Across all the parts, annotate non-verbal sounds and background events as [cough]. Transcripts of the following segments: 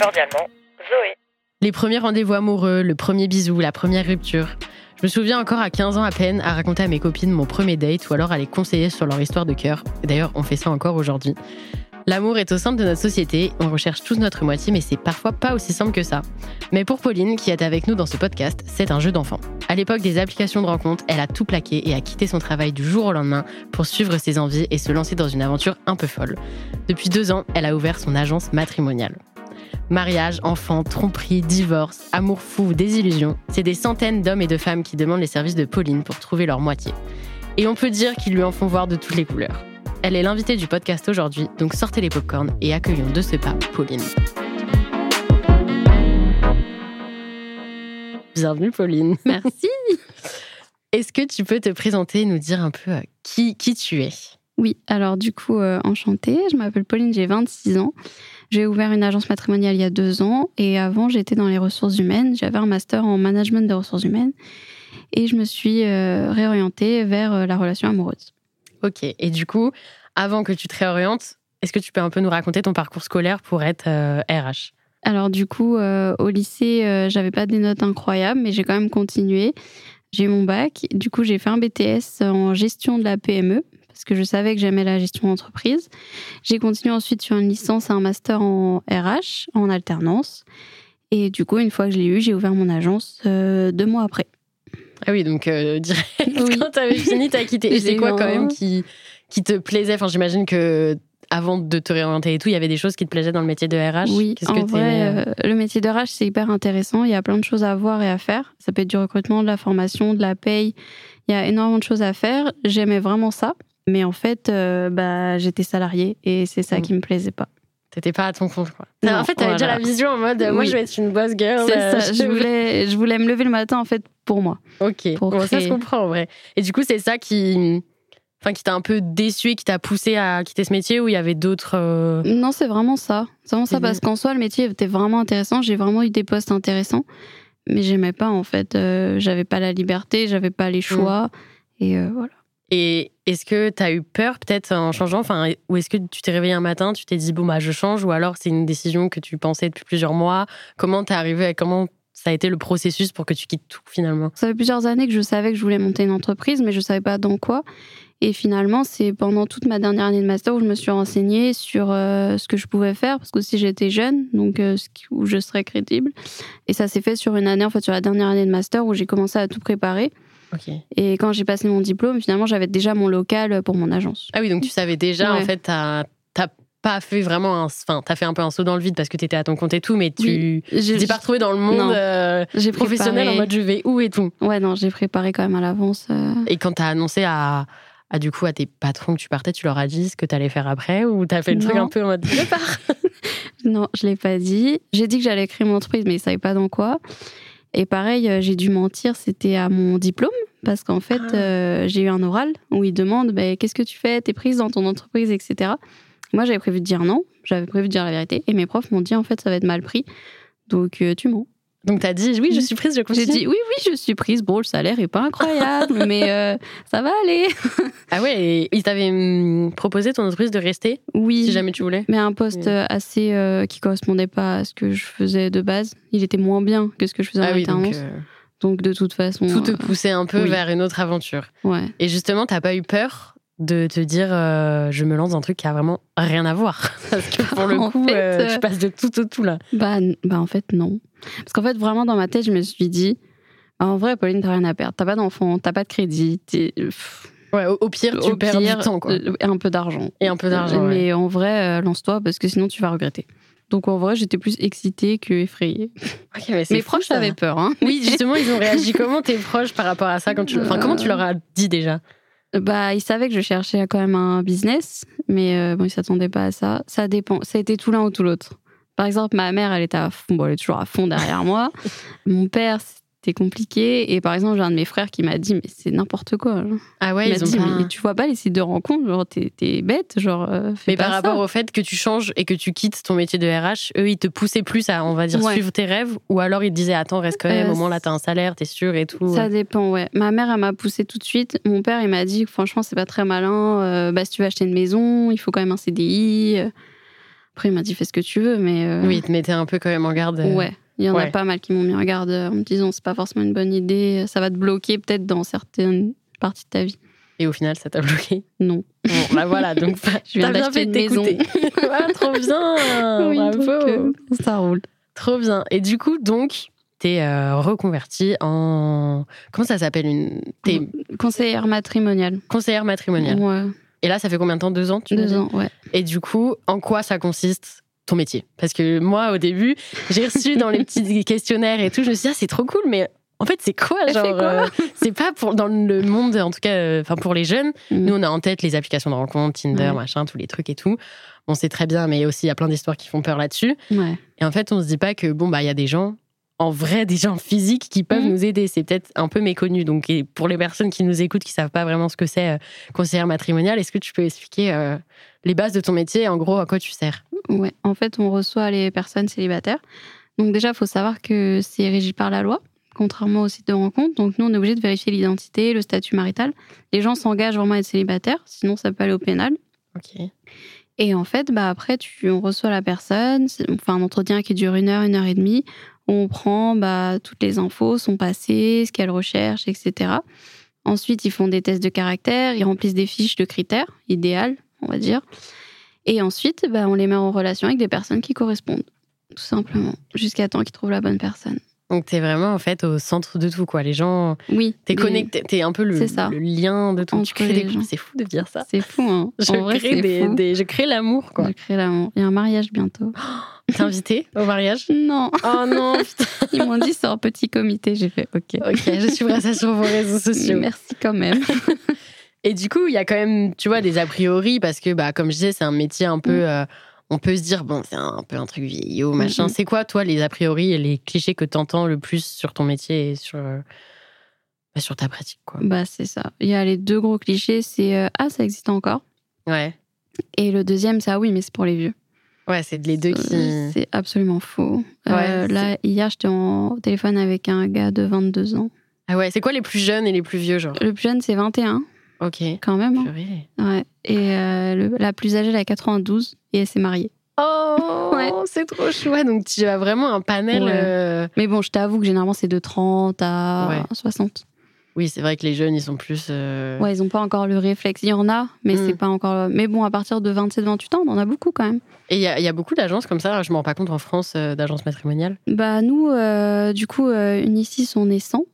Cordialement, Zoé. Les premiers rendez-vous amoureux, le premier bisou, la première rupture. Je me souviens encore à 15 ans à peine à raconter à mes copines mon premier date ou alors à les conseiller sur leur histoire de cœur. Et D'ailleurs, on fait ça encore aujourd'hui. L'amour est au centre de notre société, on recherche tous notre moitié, mais c'est parfois pas aussi simple que ça. Mais pour Pauline, qui est avec nous dans ce podcast, c'est un jeu d'enfant. À l'époque des applications de rencontres, elle a tout plaqué et a quitté son travail du jour au lendemain pour suivre ses envies et se lancer dans une aventure un peu folle. Depuis deux ans, elle a ouvert son agence matrimoniale. Mariage, enfants, tromperie, divorce, amour fou, désillusion, c'est des centaines d'hommes et de femmes qui demandent les services de Pauline pour trouver leur moitié. Et on peut dire qu'ils lui en font voir de toutes les couleurs. Elle est l'invitée du podcast aujourd'hui, donc sortez les popcorns et accueillons de ce pas Pauline. Bienvenue Pauline. Merci. [laughs] Est-ce que tu peux te présenter et nous dire un peu euh, qui, qui tu es Oui, alors du coup, euh, enchantée. Je m'appelle Pauline, j'ai 26 ans. J'ai ouvert une agence matrimoniale il y a deux ans et avant, j'étais dans les ressources humaines. J'avais un master en management des ressources humaines et je me suis euh, réorientée vers euh, la relation amoureuse. Ok, et du coup, avant que tu te réorientes, est-ce que tu peux un peu nous raconter ton parcours scolaire pour être euh, RH Alors du coup, euh, au lycée, euh, j'avais pas des notes incroyables, mais j'ai quand même continué. J'ai eu mon bac. Du coup, j'ai fait un BTS en gestion de la PME parce que je savais que j'aimais la gestion d'entreprise. J'ai continué ensuite sur une licence et un master en RH en alternance. Et du coup, une fois que je l'ai eu, j'ai ouvert mon agence euh, deux mois après. Ah oui, donc euh, [laughs] direct, Oui. quand t'avais fini, t'as quitté. Et J'ai c'est quoi eu quand un- même qui, qui te plaisait Enfin, j'imagine que avant de te réorienter et tout, il y avait des choses qui te plaisaient dans le métier de RH. Oui, Qu'est-ce en que vrai, t'aimais, euh, euh, le métier de RH, c'est hyper intéressant. Il y a plein de choses à voir et à faire. Ça peut être du recrutement, de la formation, de la paye. Il y a énormément de choses à faire. J'aimais vraiment ça. Mais en fait, euh, bah, j'étais salariée et c'est ça Mm. qui me plaisait pas. T'étais pas à ton compte, quoi. Non, en fait, t'avais déjà voilà. la vision en mode, euh, moi, Oui. je vais être une boss girl. C'est euh, [laughs] ça, je voulais, je voulais me lever le matin en fait pour moi. Ok, pour Bon, ça se créer. comprend en vrai. Et du coup, c'est ça qui, enfin, qui t'a un peu déçu et qui t'a poussé à quitter ce métier où il y avait d'autres. euh, Non, c'est vraiment ça. C'est vraiment ça Mhm. parce qu'en soi, le métier était vraiment intéressant. J'ai vraiment eu des postes intéressants, mais j'aimais pas en fait. Euh, j'avais pas la liberté, j'avais pas Mm. les choix. Et euh, voilà. Et est-ce que t'as eu peur peut-être en changeant enfin, Ou est-ce que tu t'es réveillé un matin, tu t'es dit, bon, bah, je change Ou alors c'est une décision que tu pensais depuis plusieurs mois Comment t'es arrivé à- Comment ça a été le processus pour que tu quittes tout finalement Ça fait plusieurs années que je savais que je voulais monter une entreprise, mais je savais pas dans quoi. Et finalement, c'est pendant toute ma dernière année de master où je me suis renseignée sur euh, ce que je pouvais faire, parce que si j'étais jeune, donc euh, ce qui- où je serais crédible. Et ça s'est fait sur une année, en fait, sur la dernière année de master où j'ai commencé à tout préparer. Ok. Et quand j'ai passé mon diplôme, finalement, j'avais déjà mon local pour mon agence. Ah oui, donc tu savais déjà, Ouais. en fait, t'as t'as pas fait vraiment un. Enfin, t'as fait un peu un saut dans le vide parce que t'étais à ton compte et tout, mais tu. Tu J'ai t'es pas retrouvé dans le monde Non. euh, j'ai professionnel en préparé- mode je vais où et tout. Ouais, non, j'ai préparé quand même à l'avance. euh. Et quand t'as annoncé à, à du coup à tes patrons que tu partais, tu leur as dit ce que t'allais faire après ou t'as fait le truc Non. un peu en mode je pars Non, je l'ai pas dit. J'ai dit que j'allais créer mon entreprise, mais ils savaient pas dans quoi. Et pareil, euh, j'ai dû mentir, c'était à mon diplôme, parce qu'en fait, Ah. euh, j'ai eu un oral où ils demandent ben, qu'est-ce que tu fais, t'es prise dans ton entreprise, etc. Moi, j'avais prévu de dire non, j'avais prévu de dire la vérité, et mes profs m'ont dit en fait, ça va être mal pris, donc euh, tu mens. Donc t'as dit oui, je suis prise, je continue. J'ai dit oui, oui, je suis prise, bon, le salaire est pas [laughs] incroyable, mais euh, ça va aller. Ah ouais, et ils t'avaient hum, proposé ton entreprise de rester Oui. si jamais tu voulais. Mais un poste Oui. euh, assez euh, qui correspondait pas à ce que je faisais de base. Il était moins bien que ce que je faisais en alternance. Ah donc euh, Donc, de toute façon. tout te euh, poussait un peu oui. vers une autre aventure. ouais. Et justement, t'as pas eu peur de te dire euh, je me lance dans un truc qui a vraiment rien à voir [laughs] parce que pour le En coup, fait, euh, euh, tu passes de tout au tout là. Bah, n- bah, en fait non. Parce qu'en fait vraiment dans ma tête je me suis dit, Ah, en vrai Pauline t'as rien à perdre, t'as pas d'enfant, t'as pas de crédit, t'es- pff, Ouais, au, au pire, tu Au perds pire, du temps, quoi. euh, Et un peu d'argent. Et un peu d'argent, Mais en vrai, euh, lance-toi parce que sinon tu vas regretter. Donc en vrai, j'étais plus excitée que effrayée. Ok, mais c'est Mes fou, proches ça. avaient peur. Hein. Oui, justement, ils ont [laughs] réagi comment tes proches par rapport à ça quand tu... Enfin, comment tu leur as dit déjà Bah, ils savaient que je cherchais quand même un business, mais euh, bon, ils s'attendaient pas à ça. Ça dépend. Ça a été tout l'un ou tout l'autre. Par exemple, ma mère, elle était à fond, bon, elle est toujours à fond derrière [laughs] moi. Mon père, c'était compliqué. Et par exemple, j'ai un de mes frères qui m'a dit, mais c'est n'importe quoi. genre. Ah il ouais, m'a ils ont dit, pas- mais tu vois pas les sites de rencontres, genre t'es t'es bête, genre. euh, fais Mais par pas ça. rapport au fait que tu changes et que tu quittes ton métier de RH, eux, ils te poussaient plus à, on va dire, Ouais. suivre tes rêves ou alors ils te disaient, attends, reste quand même, Euh, au moins là, t'as un salaire, t'es sûr et tout. Ça dépend, ouais. Ma mère, elle m'a poussé tout de suite. Mon père, il m'a dit que franchement, c'est pas très malin. Euh, bah, si tu veux acheter une maison, il faut quand même un CDI. Après, il m'a dit fais ce que tu veux, mais. euh, Oui, ils te mettaient un peu quand même en garde. euh, Ouais. Il y en ouais. a pas mal qui m'ont mis en garde euh, en me disant c'est pas forcément une bonne idée. Ça va te bloquer peut-être dans certaines parties de ta vie. Et au final, ça t'a bloqué. Non. Bon, bah voilà, [laughs] donc Je viens t'as bien d'acheter fait de une maison. t'écouter. [laughs] Ah, trop bien [laughs] Oui, Ah, Bravo donc, euh, ça roule. Trop bien. Et du coup, donc, t'es euh, reconvertie en... Comment ça s'appelle une... T'es Mmh. Conseillère matrimoniale. conseillère matrimoniale. Ouais. Et là, ça fait combien de temps Deux ans tu m'as dit Mmh. Deux ans, ouais. Et du coup, en quoi ça consiste ton métier Parce que moi, au début, j'ai reçu dans les petits [laughs] questionnaires et tout, je me suis dit, ah, c'est trop cool, mais en fait, c'est quoi C'est genre quoi euh, C'est pas pour dans le monde, en tout cas, euh, enfin pour les jeunes. Mm. Nous, on a en tête les applications de rencontres, Tinder, Ouais. machin, tous les trucs et tout. On sait très bien, mais aussi, il y a plein d'histoires qui font peur là-dessus. Ouais. Et en fait, on se dit pas que, bon, bah, il y a des gens. En vrai, des gens physiques qui peuvent Mm. nous aider. C'est peut-être un peu méconnu. Donc, et pour les personnes qui nous écoutent, qui savent pas vraiment ce que c'est euh, conseillère matrimoniale, est-ce que tu peux expliquer euh, les bases de ton métier et en gros à quoi tu sers. Ouais, en fait, on reçoit les personnes célibataires. Donc déjà, il faut savoir que c'est régi par la loi, contrairement aux sites de rencontres. Donc nous, on est obligé de vérifier l'identité, le statut marital. Les gens s'engagent vraiment à être célibataires, sinon ça peut aller au pénal. Ok. Et en fait, bah après, tu, on reçoit la personne, c'est- on fait un entretien qui dure une heure, une heure et demie. On prend bah, toutes les infos, son passé, ce qu'elle recherche, etc. Ensuite, ils font des tests de caractère, ils remplissent des fiches de critères, idéal, on va dire. Et ensuite, bah, on les met en relation avec des personnes qui correspondent, tout simplement, jusqu'à temps qu'ils trouvent la bonne personne. Donc t'es vraiment en fait au centre de tout quoi. Les gens, Oui. t'es des- connecté, t'es un peu le, C'est ça. le lien de tout. Entre Tu crées des les couples. gens. C'est fou de dire ça. C'est fou, hein. [laughs] Je en vrai, crée c'est des, fou. des- je crée l'amour quoi. Je crée l'amour. Il y a un mariage bientôt. T'es invitée au [laughs] mariage Non, Oh non. putain. ils m'ont dit c'est un petit comité. J'ai fait OK. ok, je suivrai ça sur vos réseaux sociaux. Merci quand même. Et du coup, il y a quand même, tu vois, des a priori parce que bah comme je disais, c'est un métier un peu. euh, on peut se dire, bon, c'est un peu un truc vieillot, machin. Mm, mm. C'est quoi, toi, les a priori et les clichés que t'entends le plus sur ton métier et sur, euh, bah, sur ta pratique, quoi Bah, c'est ça. Il y a les deux gros clichés, c'est euh, ah ça existe encore. Ouais. Et le deuxième, c'est ah oui, mais c'est pour les vieux. Ouais, c'est les deux Euh, qui. C'est absolument faux. Euh, Ouais, là, hier, j'étais en au téléphone avec un gars de 22 ans. Ah ouais, c'est quoi les plus jeunes et les plus vieux, genre Le plus jeune, c'est 21, Ok. quand même. hein. Purée. Ouais. Et euh, le- la plus âgée, elle a 92 et elle s'est mariée. [laughs] Oh, Ouais. c'est trop chouette. Donc tu as vraiment un panel. Ouais. euh, Mais bon, je t'avoue que généralement, c'est de 30 à Ouais. 60. Oui, c'est vrai que les jeunes, ils sont plus. euh, Ouais, ils n'ont pas encore le réflexe. Il y en a, mais Mm. c'est pas encore. Mais bon, à partir de 27-28 ans, on en a beaucoup quand même. Et il y, a- il y a beaucoup d'agences comme ça. Je m'en rends pas compte en France euh, d'agences matrimoniales. Bah nous, euh, du coup, euh, Unisys, on est 100,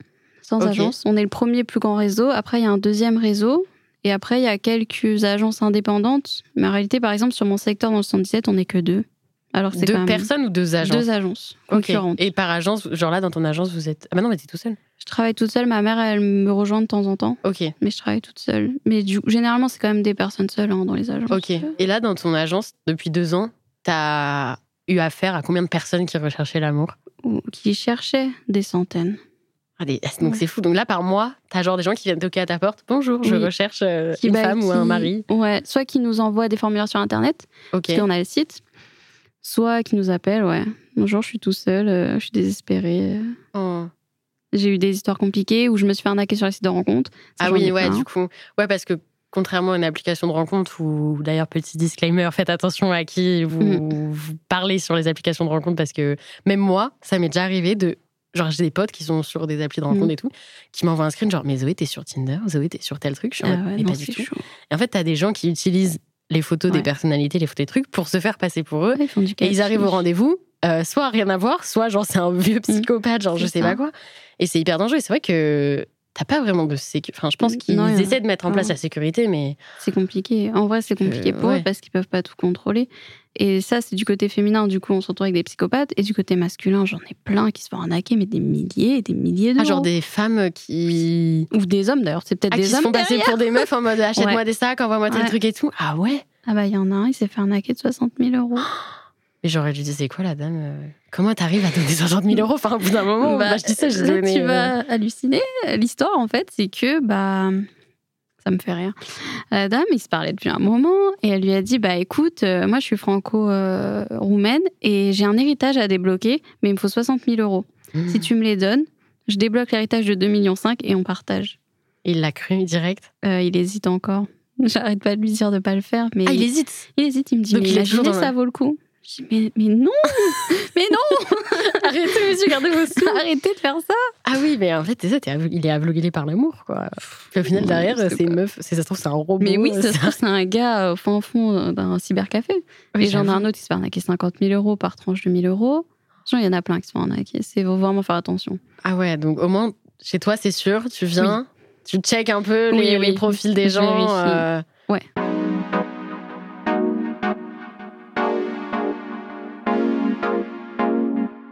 sans Ok. agence. On est le premier plus grand réseau. Après, il y a un deuxième réseau. Et après, il y a quelques agences indépendantes. Mais en réalité, par exemple, sur mon secteur, dans le 77, on n'est que deux. Alors que c'est quand Deux même personnes ou deux agences deux agences Ok. concurrentes. Et par agence, genre là, dans ton agence, vous êtes. Ah bah non, mais t'es tout seul. Je travaille toute seule. Ma mère, elle me rejoint de temps en temps. Ok, Mais je travaille toute seule. Mais du... généralement, c'est quand même des personnes seules hein, dans les agences. ok. Et là, dans ton agence, depuis deux ans, t'as eu affaire à combien de personnes qui recherchaient l'amour Ou- Qui cherchaient des centaines. Ah, des- Donc Ouais. c'est fou. Donc là, par mois, t'as genre des gens qui viennent toquer à ta porte. Bonjour, je Oui. recherche euh, Qui- une bah, femme ou un qui- mari. Ouais. Soit qui nous envoient des formulaires sur Internet. Ok. parce qu'on a le site, soit qui nous appelle, ouais. Bonjour, je suis tout seul, euh, je suis désespérée. euh. Oh. J'ai eu des histoires compliquées où je me suis fait arnaquer sur les sites de rencontres. Ah Ça, j'en oui, ai ouais, plein. du coup. Ouais, parce que contrairement à une application de rencontre, ou d'ailleurs, petit disclaimer, faites attention à qui vous, Mm. vous parlez sur les applications de rencontre, parce que même moi, ça m'est déjà arrivé de. Genre, j'ai des potes qui sont sur des applis de rencontre Mhm. et tout, qui m'envoient un screen, genre, mais Zoé, t'es sur Tinder, Zoé, t'es sur tel truc. Je suis en Ah mode, ouais, mais non, pas du c'est tout. chaud. Et en fait, t'as des gens qui utilisent les photos des Ouais. personnalités, les photos des trucs, pour se faire passer pour eux. Ouais, ils font du Et ils catfish. arrivent au rendez-vous, euh, soit rien à voir, soit genre c'est un vieux psychopathe, genre je Mm. C'est sais ça. pas quoi. Et c'est hyper dangereux. Et C'est vrai que T'as pas vraiment de sécurité. Enfin, je pense qu'ils Non, y en a. essaient de mettre en place Ah. la sécurité, mais C'est compliqué. En vrai, c'est compliqué Euh, pour ouais. eux parce qu'ils peuvent pas tout contrôler. Et ça, c'est du côté féminin. Du coup, on se retrouve avec des psychopathes. Et du côté masculin, j'en ai plein qui se font arnaquer, mais des milliers et des milliers de Ah, genre euros. des femmes qui. Ou des hommes d'ailleurs. C'est peut-être Ah, qui des se hommes. font passer derrière. pour des meufs en mode achète-moi [laughs] Ouais. des sacs, envoie-moi tel Ouais. truc et tout. Ah ouais Ah bah, il y en a un, il s'est fait arnaquer de 60 000 euros. Et j'aurais dû dire, c'est quoi la dame euh, Comment t'arrives à donner 60 000 euros Enfin, au bout d'un moment, bah, je dis ça, je dis, là, mais, [laughs] tu euh, vas halluciner. L'histoire, en fait, c'est que bah ça me fait rire. La dame, ils se parlaient depuis un moment et elle lui a dit bah écoute, euh, moi je suis franco-roumaine et j'ai un héritage à débloquer, mais il me faut 60 000 euros. Mmh. Si tu me les donnes, je débloque l'héritage de 2,5 millions et on partage. Il l'a cru direct. Euh, il hésite encore. J'arrête pas de lui dire de pas le faire, mais Ah, il il, hésite hésite. Il me dit Donc mais il est toujours imaginez, dans ça le- vaut le coup. Je dis mais, mais non, mais non, [laughs] Arrêtez, monsieur, gardez vos sous [laughs] arrêtez de faire ça. Ah oui, mais en fait, c'est ça, t'es aveu- il est aveuglé par l'amour, quoi. Puis au final, Ouais, derrière, je sais c'est une pas. meuf, c'est- ça se trouve, c'est un robot. Mais oui, euh, ça se trouve, c'est un gars euh, au fin fond d'un cybercafé. Oui, et j'en ai j'avoue. un autre qui se fait arnaquer 50 000 euros par tranche de 1000 euros. Genre, il y en a plein qui se font arnaquer. Il faut vraiment faire attention. Ah ouais, donc au moins, chez toi, c'est sûr, tu viens, tu check un peu les, Oui, oui. les profils des Je gens. vérifie. euh, Ouais.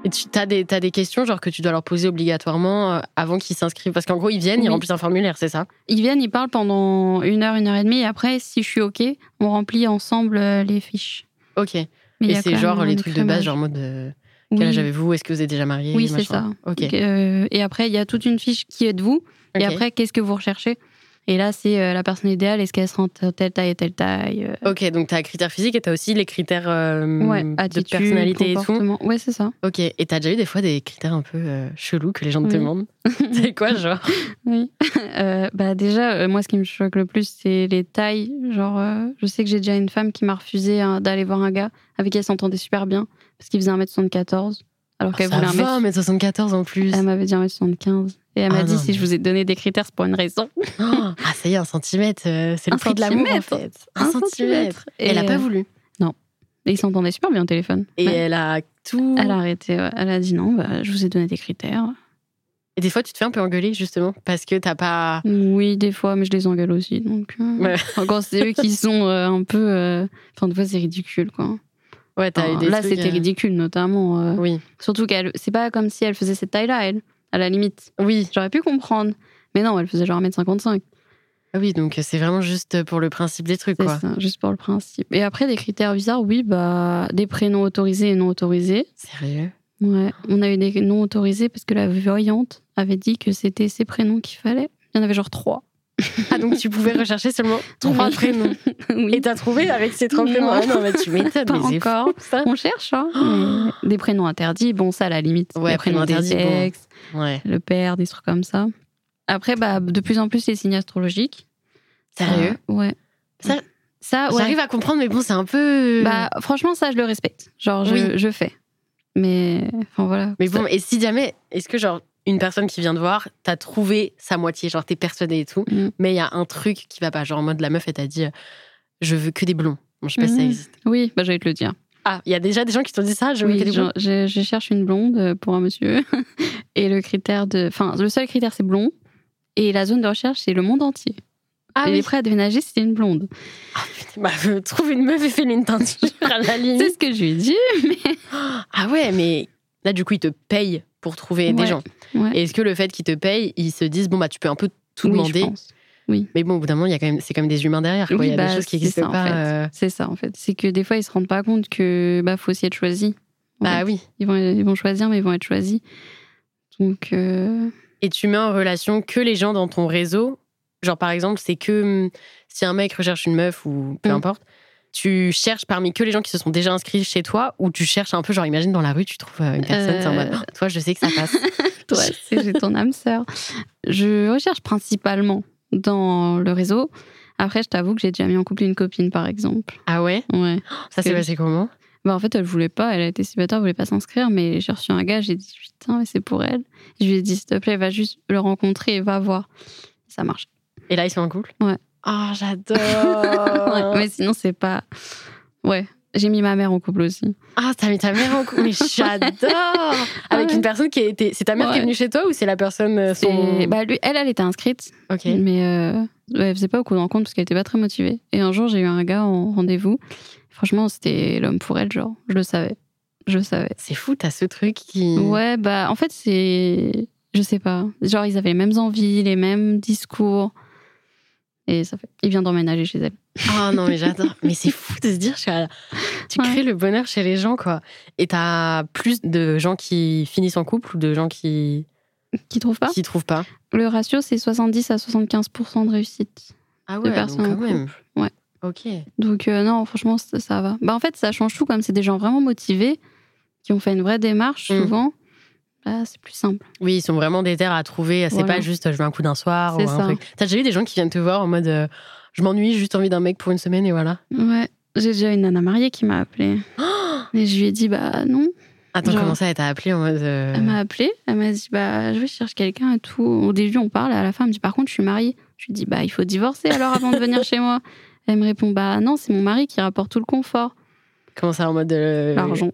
Et tu as des, t'as des questions genre que tu dois leur poser obligatoirement euh, avant qu'ils s'inscrivent Parce qu'en gros, ils viennent, ils Oui. remplissent un formulaire, c'est ça Ils viennent, ils parlent pendant une heure, une heure et demie. Et après, si je suis OK, on remplit ensemble euh, les fiches. Ok. Mais il y et a c'est quand genre même un les trucs de base, écrémage. genre en mode euh, Oui. quel âge avez-vous Est-ce que vous êtes déjà marié Oui, c'est ça. machin. Ok. Donc, euh, et après, il y a toute une fiche qui est de vous. Et Ok. après, qu'est-ce que vous recherchez Et là, c'est euh, la personne idéale. Est-ce qu'elle sera en telle taille et telle taille euh, Ok, donc t'as les critères physiques et t'as aussi les critères euh, Ouais, de attitude, personnalité et tout. comportement. Ouais, c'est ça. Ok, et t'as déjà eu des fois des critères un peu euh, chelous que les gens te Oui. [laughs] demandent C'est quoi, genre Oui. Euh, bah déjà, euh, moi, ce qui me choque le plus, c'est les tailles. Genre, euh, je sais que j'ai déjà une femme qui m'a refusé hein, d'aller voir un gars avec qui elle s'entendait super bien parce qu'il faisait 1m74 alors qu'elle voulait Ah, Ça un mètre- Ah, va, mais 74 en plus. Elle m'avait dit 1m75. Et elle m'a Ah dit non, si mais- je vous ai donné des critères, c'est pour une raison. Oh, ah, ça y est, un centimètre, euh, c'est le Un prix de l'amour en centimètre. fait. Un, Un centimètre. centimètre. Et elle a Et, pas euh, voulu. Et ils s'entendaient super bien au téléphone. Et euh, Ouais. elle a tout. Elle a arrêté. ouais. Elle a dit non, bah, je vous ai donné des critères. Et des fois, tu te fais un peu engueuler justement parce que t'as pas. Oui, des fois, mais je les engueule aussi. Donc, euh, Ouais. enfin, quand c'est [laughs] eux qui sont euh, un peu. euh, Enfin, des fois, c'est ridicule, quoi. Ouais, t'as eu Enfin, des. Oh, là, trucs, c'était euh, ridicule, notamment. euh, Oui. Surtout qu'elle, c'est pas comme si elle faisait cette taille-là, elle, à la limite. Oui. J'aurais pu comprendre. Mais non, elle faisait genre 1m55. Ah oui, donc euh, c'est vraiment juste pour le principe des trucs, C'est quoi. ça, juste pour le principe. Et après, des critères bizarres, oui, bah, des prénoms autorisés et non autorisés. Sérieux Ouais, on a eu des non autorisés parce que la voyante avait dit que c'était ces prénoms qu'il fallait. Il y en avait genre trois. [laughs] Ah, donc tu pouvais rechercher seulement trois Oui. prénoms. Et oui. t'as trouvé avec ces trois Non. prénoms. Ah non, mais [laughs] tu m'étonnes, Pas mais c'est encore. [laughs] fou, ça. On cherche, hein. mais Des prénoms interdits, bon, ça, à la limite. Ouais, les prénoms prénoms interdits, interdits, bon. ex, Ouais. le père, des trucs comme ça. Après, bah, de plus en plus, les signes astrologiques. Sérieux Euh, Ouais. Ça- ça Ah, ouais. J'arrive à comprendre, mais bon, c'est un peu. Bah, franchement, ça, je le respecte. Genre, Mm. je, Oui. je fais. Mais, enfin, voilà. Mais bon, Ça- et si jamais, est-ce que genre une personne qui vient de voir, t'as trouvé sa moitié, genre t'es persuadée et tout, Mm. mais il y a un truc qui va pas, genre en mode la meuf elle t'a dit, euh, je veux que des blonds. Bon, je sais pas si ça Mm. existe. Oui, bah, j'allais te le dire. Ah, il y a déjà des gens qui t'ont dit ça, je veux Oui, que des genre, blonds. je, je cherche une blonde euh, pour un monsieur. [laughs] et le critère de. Enfin, le seul critère, c'est blond. Et la zone de recherche, c'est le monde entier. Ah et oui. les prêts à déménager, c'est une blonde. Ah, putain, bah, euh, [laughs] trouve une meuf et fais-lui une teinture à [laughs] la C'est limite. ce que je lui ai dit. Ah ouais, mais là du coup ils te payent pour trouver des Ouais, gens. ouais. Et est-ce que le fait qu'ils te payent, ils se disent bon bah tu peux un peu tout Oui, je demander. pense. Mais bon, au bout d'un moment, il y a quand même, c'est quand même des humains derrière. quoi. Il Oui, y a des bah, choses qui c'est n'existent ça, en pas. fait. euh, C'est ça, en fait. C'est que des fois, ils se rendent pas compte que bah faut aussi être choisi. en Bah fait. oui. Ils vont, ils vont choisir, mais ils vont être choisis. Donc, euh, et tu mets en relation que les gens dans ton réseau. Genre, par exemple, c'est que hum, si un mec recherche une meuf ou peu Mm. importe, tu cherches parmi que les gens qui se sont déjà inscrits chez toi ou tu cherches un peu, genre, imagine dans la rue, tu trouves euh, une personne, c'est en mode, Euh. Oh, toi, je sais que ça [laughs] passe. toi, c'est j'ai ton âme sœur. Je recherche principalement dans le réseau. Après, je t'avoue que j'ai déjà mis en couple une copine, par exemple. ah ouais Ouais. Ça s'est que- passé comment Bah, en fait, elle voulait pas, elle a été célibataire, elle voulait pas s'inscrire, mais j'ai reçu un gars, j'ai dit putain, mais c'est pour elle. Je lui ai dit s'il te plaît, va juste le rencontrer et va voir. Ça marche. Et là, ils sont en couple [laughs] Ouais. Oh, j'adore Ouais, mais sinon, c'est pas. Ouais, J'ai mis ma mère en couple aussi. Ah, t'as mis ta mère en [laughs] couple. Mais j'adore Avec Ouais. une personne qui était. C'est ta mère qui est Ouais. venue chez toi ou c'est la personne. euh, Son... Et, bah, lui, elle, elle était inscrite, ok. mais euh, ouais, elle faisait pas beaucoup de rencontres parce qu'elle était pas très motivée. Et un jour, j'ai eu un gars en rendez-vous. Franchement, c'était l'homme pour elle, genre. Je le savais. Je le savais. C'est fou, t'as ce truc qui. Ouais, bah, en fait, c'est. Je sais pas. Genre, ils avaient les mêmes envies, les mêmes discours. Et ça fait. Il vient d'emménager chez elle. [laughs] Ah non, mais j'adore. Mais c'est fou de se dire, je suis à- tu Ouais. crées le bonheur chez les gens, quoi. Et t'as plus de gens qui finissent en couple ou de gens qui Qui trouve pas s'y trouvent pas. Le ratio, c'est 70 à 75% de réussite. Ah ouais, donc personnes en quand même. Ouais. Ok. Donc, euh, non, franchement, ça, ça va. Bah, en fait, ça change tout. Comme c'est des gens vraiment motivés, qui ont fait une vraie démarche, Mm. souvent, bah, c'est plus simple. Oui, ils sont vraiment des terres à trouver. C'est Voilà. pas juste je veux un coup d'un soir ou C'est un ça. truc. T'as déjà eu des gens qui viennent te voir en mode euh, je m'ennuie, j'ai juste envie d'un mec pour une semaine et voilà. Ouais. J'ai déjà une nana mariée qui m'a appelée. [gasps] Et je lui ai dit, bah, non. Attends, Genre- comment ça, elle t'a appelé en mode. euh, Elle m'a appelée, elle m'a dit bah je vais chercher quelqu'un et tout. Au début on parle, et à la fin elle me dit par contre je suis mariée. Je lui dis bah il faut divorcer alors avant de [laughs] venir chez moi. Elle me répond bah non c'est mon mari qui rapporte tout le confort, Comment ça, en mode. euh, l'argent.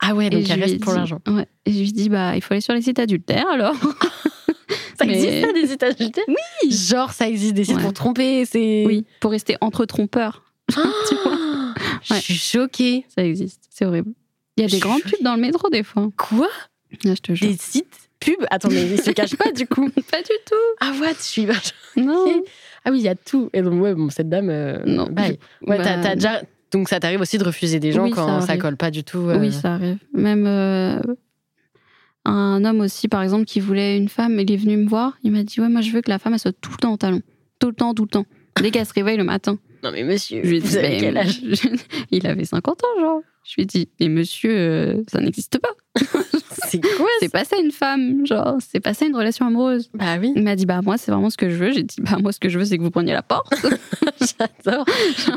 Ah ouais, donc je elle lui ai reste pour dit- l'argent. Ouais. Et je lui dis bah il faut aller sur les sites adultères alors. Ça Mais- existe, ça, des états adultères Oui Genre, ça existe des sites Ouais. pour tromper, c'est. [laughs] [gasps] Oui pour rester entre trompeurs. Tu vois, Ah, Je Ouais. suis choquée. ça existe, c'est horrible. Il y a Je des suis grandes choquée. pubs dans le métro des fois. Quoi Là je te jure. Des sites pubs Attends, mais ils se cachent pas du [laughs] coup. Pas du tout. Ah what Je suis. Non. [laughs] Ah oui, il y a tout. Et donc, ouais, bon, cette dame. euh, Non, bye. Ouais, t'as- Bah, t'as déjà. Donc ça t'arrive aussi de refuser des gens Oui, quand ça ça, arrive. colle pas du tout. euh, Oui, ça arrive. Même euh, un homme aussi, par exemple, qui voulait une femme, il est venu me voir. Il m'a dit Ouais, moi je veux que la femme, elle soit tout le temps en talon. Tout le temps, tout le temps. Dès qu'elle se réveille le matin. Non mais monsieur, Je lui ai [laughs] dit, vous avez Mais quel [laughs] âge Il avait 50 ans, genre. Je lui ai dit Mais monsieur, euh, ça n'existe pas. C'est quoi C'est pas ça une femme, genre. C'est pas ça une relation amoureuse. Bah oui, [laughs] Il m'a dit Bah, moi, c'est vraiment ce que je veux. J'ai dit Bah, moi, ce que je veux, c'est que vous preniez la porte. [laughs] j'adore.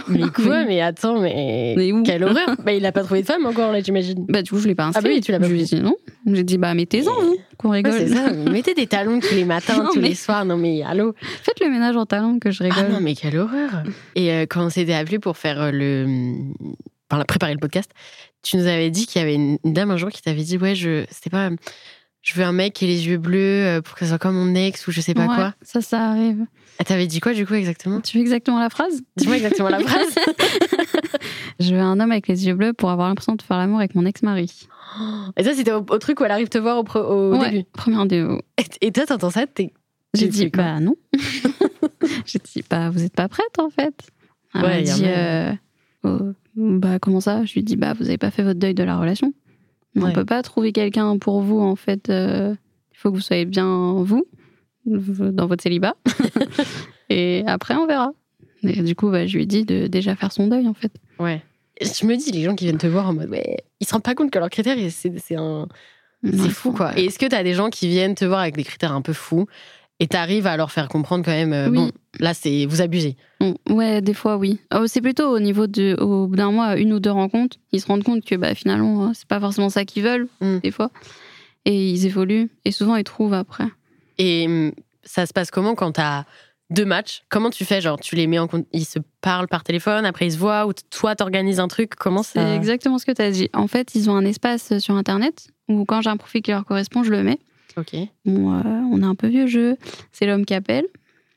Mais quoi Mais attends, mais, Mais où quelle horreur Bah il a pas trouvé de femme encore là, j'imagine. Bah, du coup, je l'ai pas inscrit. bah oui, tu l'as pas Je lui ai dit Non. J'ai dit Bah, mettez-en, vous, qu'on Ouais, rigole. c'est ça. Mettez des talons tous les matins, Non, tous mais- les soirs. [laughs] Non mais allô. [laughs] Faites le ménage en talon, que je rigole. Ah non, mais quelle horreur Et euh, quand on s'était appelé pour faire euh, le. Enfin, préparer le podcast, tu nous avais dit qu'il y avait une une dame un jour qui t'avait dit Ouais, je. C'était pas. euh, Je veux un mec qui ait les yeux bleus euh, pour que ce soit comme mon ex ou je sais pas Ouais, quoi. Ça, ça arrive. Elle t'avait dit quoi du coup exactement Hein Tu veux exactement la phrase Dis-moi exactement [laughs] la phrase. Je veux un homme avec les yeux bleus pour avoir l'impression de faire l'amour avec mon ex-mari. Et ça, c'était au, au truc où elle arrive te voir au, pre- au Ouais, début. Premier rendez-vous. Et, et toi, t'entends ça t'es- J'ai Tu dit, fais quoi bah non. [laughs] J'ai dit, bah vous n'êtes pas prête en fait. Elle Ouais, m'a y a dit, même- euh, oh, bah comment ça Je lui ai dit, bah vous n'avez pas fait votre deuil de la relation. Mais Ouais. On peut pas trouver quelqu'un pour vous en fait. euh, Il faut que vous soyez bien vous, dans [laughs] votre célibat. [laughs] Et après, on verra. Et du coup, bah, je lui ai dit de déjà faire son deuil en fait. Ouais. Je me dis, les gens qui viennent te voir en mode Ouais, ils se rendent pas compte que leur critère, c'est c'est un. C'est Ouais, fou, quoi. Et est-ce que t'as des gens qui viennent te voir avec des critères un peu fous et t'arrives à leur faire comprendre quand même, euh, Oui. bon, là, c'est vous abusez. On- Mm. Ouais, des fois, oui. Oh, c'est plutôt au niveau de, au bout d'un mois, une ou deux rencontres, ils se rendent compte que bah, finalement, hein, c'est pas forcément ça qu'ils veulent, Mm. des fois. Et ils évoluent. Et souvent, ils trouvent après. Et hum, ça se passe comment quand t'as deux matchs Comment tu fais Genre, tu les mets en compte, ils se parlent par téléphone, après ils se voient, ou t- toi, t'organises un truc Comment C'est ça exactement ce que tu as dit. En fait, ils ont un espace sur Internet où, quand j'ai un profil qui leur correspond, je le mets. Ok. Bon, euh, on a un peu vieux jeu. C'est l'homme qui appelle.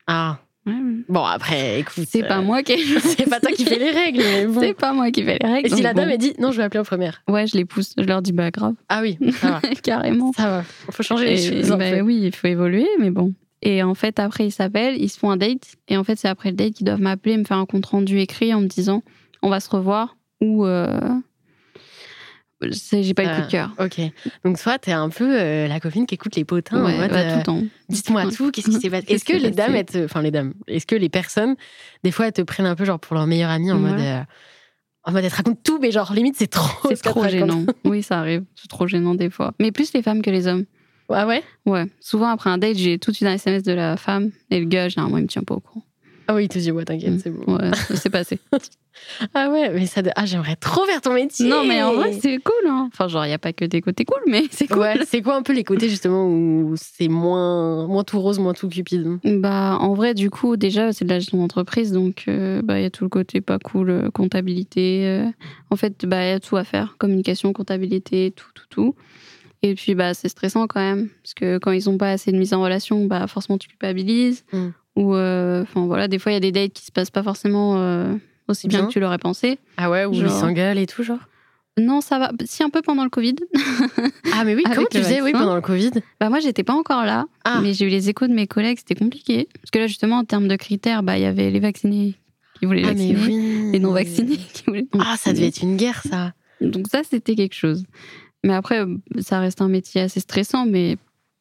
Ah, Ouais, ouais. bon, après, écoute. C'est euh, pas moi qui. [laughs] [laughs] C'est pas toi qui fais les règles, mais bon. C'est pas moi qui fais les Et règles. si donc la dame, bon. elle dit non, je vais appeler en première. Ouais, je les pousse. Je leur dis, bah grave, Ah oui, ça va. [laughs] carrément. ça va. Faut changer les Et, choses. un bah peu. oui, il faut évoluer, mais bon. Et en fait, après, ils s'appellent, ils se font un date. Et en fait, c'est après le date qu'ils doivent m'appeler, me faire un compte rendu écrit en me disant on va se revoir ou. euh, c'est- J'ai pas eu le coup Euh, de cœur. Ok. Donc, toi, t'es un peu euh, la copine qui écoute les potins. en Ouais, mode, bah, euh, tout le [laughs] temps. Dites-moi [laughs] Ouais. tout, qu'est-ce qui s'est passé Qu'est-ce Est-ce que qui s'est les dames, passé elles te- enfin les dames, est-ce que les personnes, des fois, elles te prennent un peu genre pour leur meilleure amie en Ouais. mode, euh, en mode, elles te racontent tout, mais genre limite c'est trop, C'est ce qu'elles te trop racontent. gênant. Oui, ça arrive. C'est trop gênant des fois. Mais plus les femmes que les hommes. Ah ouais Ouais. Souvent, après un date, j'ai tout de suite un SMS de la femme. Et le gars, généralement, il me tient pas au courant. Ah oui, tu dis, ouais, t'inquiète, c'est bon. Mm, Ouais, ça [laughs] s'est passé. Ah ouais, mais ça. de- Ah, j'aimerais trop faire ton métier. Non, mais en vrai, c'est cool. hein. Enfin, genre, il n'y a pas que des côtés cool, mais [laughs] c'est cool. Ouais, c'est quoi un peu les côtés justement où c'est moins, moins tout rose, moins tout cupide Bah, en vrai, du coup, déjà, c'est de la gestion d'entreprise, donc euh, bah, il y a tout le côté pas cool, euh, comptabilité. euh, en fait, bah, il y a tout à faire, communication, comptabilité, tout, tout, tout. Et puis, bah, c'est stressant quand même, parce que quand ils ont pas assez de mise en relation, bah, forcément, tu culpabilises. Mm. Ou, euh, enfin, voilà, des fois, il y a des dates qui se passent pas forcément euh, aussi bien Bien. que tu l'aurais pensé. Ah ouais, où ils Genre. s'engueulent et tout, genre Non, ça va. Si, un peu pendant le Covid. [laughs] Ah, mais oui, Avec comment tu le faisais oui, vaccin. pendant le Covid Bah moi, j'étais pas encore là, Ah. mais j'ai eu les échos de mes collègues, c'était compliqué. Parce que là, justement, en termes de critères, bah il y avait les vaccinés qui voulaient Ah, mais vacciner, oui. les non vaccinés [laughs] qui voulaient. non Ah, ça devait être une guerre, ça. vacciner. Donc ça, c'était quelque chose. Mais après, euh, ça reste un métier assez stressant, mais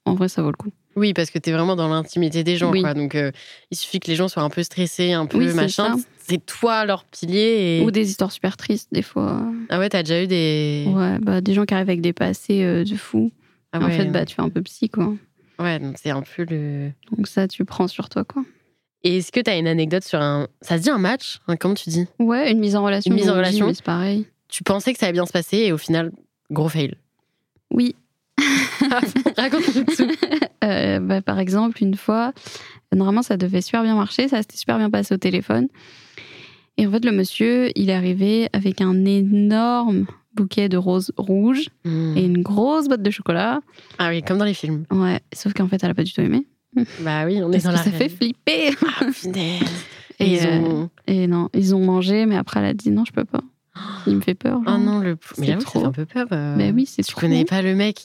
en vrai, ça vaut le coup. Oui, parce que t'es vraiment dans l'intimité des gens, Oui. quoi. Donc, euh, il suffit que les gens soient un peu stressés, un peu Oui, c'est machin. ça. C'est toi leur pilier. Et... Ou des histoires super tristes, des fois. Ah ouais, t'as déjà eu des. Ouais, bah des gens qui arrivent avec des passés euh, de fou. Ah En ouais. fait, bah tu fais un peu psy, quoi. Ouais, donc c'est un peu le. Donc ça, tu prends sur toi, quoi. Et est-ce que t'as une anecdote sur un. Ça se dit un match hein, Comment tu dis Ouais, une mise en relation. Une mise en dans le gym, relation. mais C'est pareil. Tu pensais que ça allait bien se passer et au final, gros [laughs] fail. Oui, Raconte-nous tout. Euh, bah, par exemple, une fois, normalement, ça devait super bien marcher, ça s'était super bien passé au téléphone. Et en fait, le monsieur, il est arrivé avec un énorme bouquet de roses rouges et une grosse boîte de chocolat. Hmm. Ah oui, comme dans les films. Ouais, sauf qu'en fait, elle a pas du tout aimé. Bah oui, on est Parce dans que la ça fait réelle. flipper. [laughs] Ah, punaise. Et Et, ils euh, ont- Et non, ils ont mangé, mais après, elle a dit non, je peux pas. Il me fait peur. Ah genre. non, le. c'est Mais j'avoue, ça trop. fait un peu peur. euh, Bah oui, c'est Tu trop. connais pas le mec.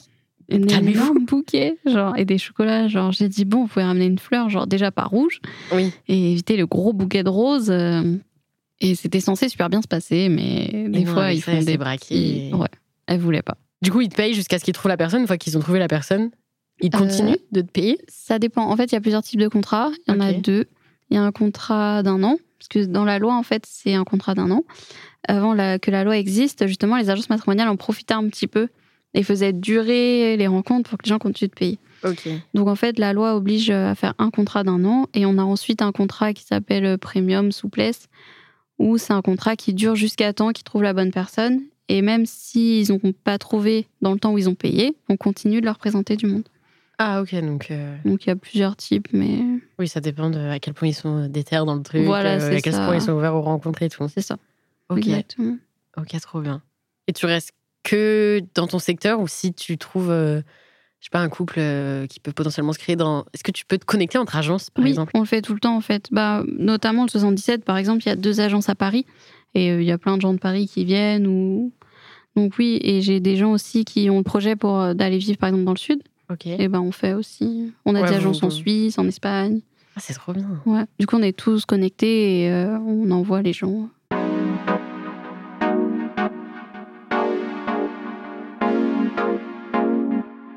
Un Calmez-vous. énorme [laughs] bouquet, genre, et des chocolats. Genre, j'ai dit bon, vous pouvez ramener une fleur, genre déjà pas rouge. Oui. et éviter le gros bouquet de roses. euh, et c'était censé super bien se passer, mais des Et non, fois, avec ils ça, font elle des s'est braquée. Ouais, elle voulait pas. Du coup, ils te payent jusqu'à ce qu'ils trouvent la personne. Une fois qu'ils ont trouvé la personne, ils Euh. continuent de te payer. Ça dépend. En fait, il y a plusieurs types de contrats. Il y en a Ok. deux. Il y a un contrat d'un an, parce que dans la loi, en fait, c'est un contrat d'un an. Avant la- que la loi existe, justement, les agences matrimoniales en profitaient un petit peu et faisaient durer les rencontres pour que les gens continuent de payer. Ok. Donc en fait, la loi oblige à faire un contrat d'un an et on a ensuite un contrat qui s'appelle Premium Souplesse, où c'est un contrat qui dure jusqu'à temps qu'ils trouvent la bonne personne. Et même s'ils n'ont pas trouvé dans le temps où ils ont payé, on continue de leur présenter du monde. Ah ok, donc euh, Donc il y a plusieurs types, mais oui, ça dépend de à quel point ils sont déterres dans le truc. Voilà, euh, c'est à quel ça. point ils sont ouverts aux rencontres et tout. c'est ça. Ok. Exactement. Ok, trop bien. Et tu restes que dans ton secteur ou si tu trouves, euh, je sais pas, un couple euh, qui peut potentiellement se créer dans. Est-ce que tu peux te connecter entre agences, par oui, exemple on le fait tout le temps en fait. Bah, notamment le 77, par exemple, il y a deux agences à Paris et euh, il y a plein de gens de Paris qui viennent. Ou... Donc oui, et j'ai des gens aussi qui ont le projet pour euh, d'aller vivre par exemple dans le sud. Ok. Et ben on fait aussi. On a Ouais, des vous- agences en vous- Suisse, en Espagne. Ah, c'est trop bien. Ouais. Du coup, on est tous connectés et euh, on envoie les gens.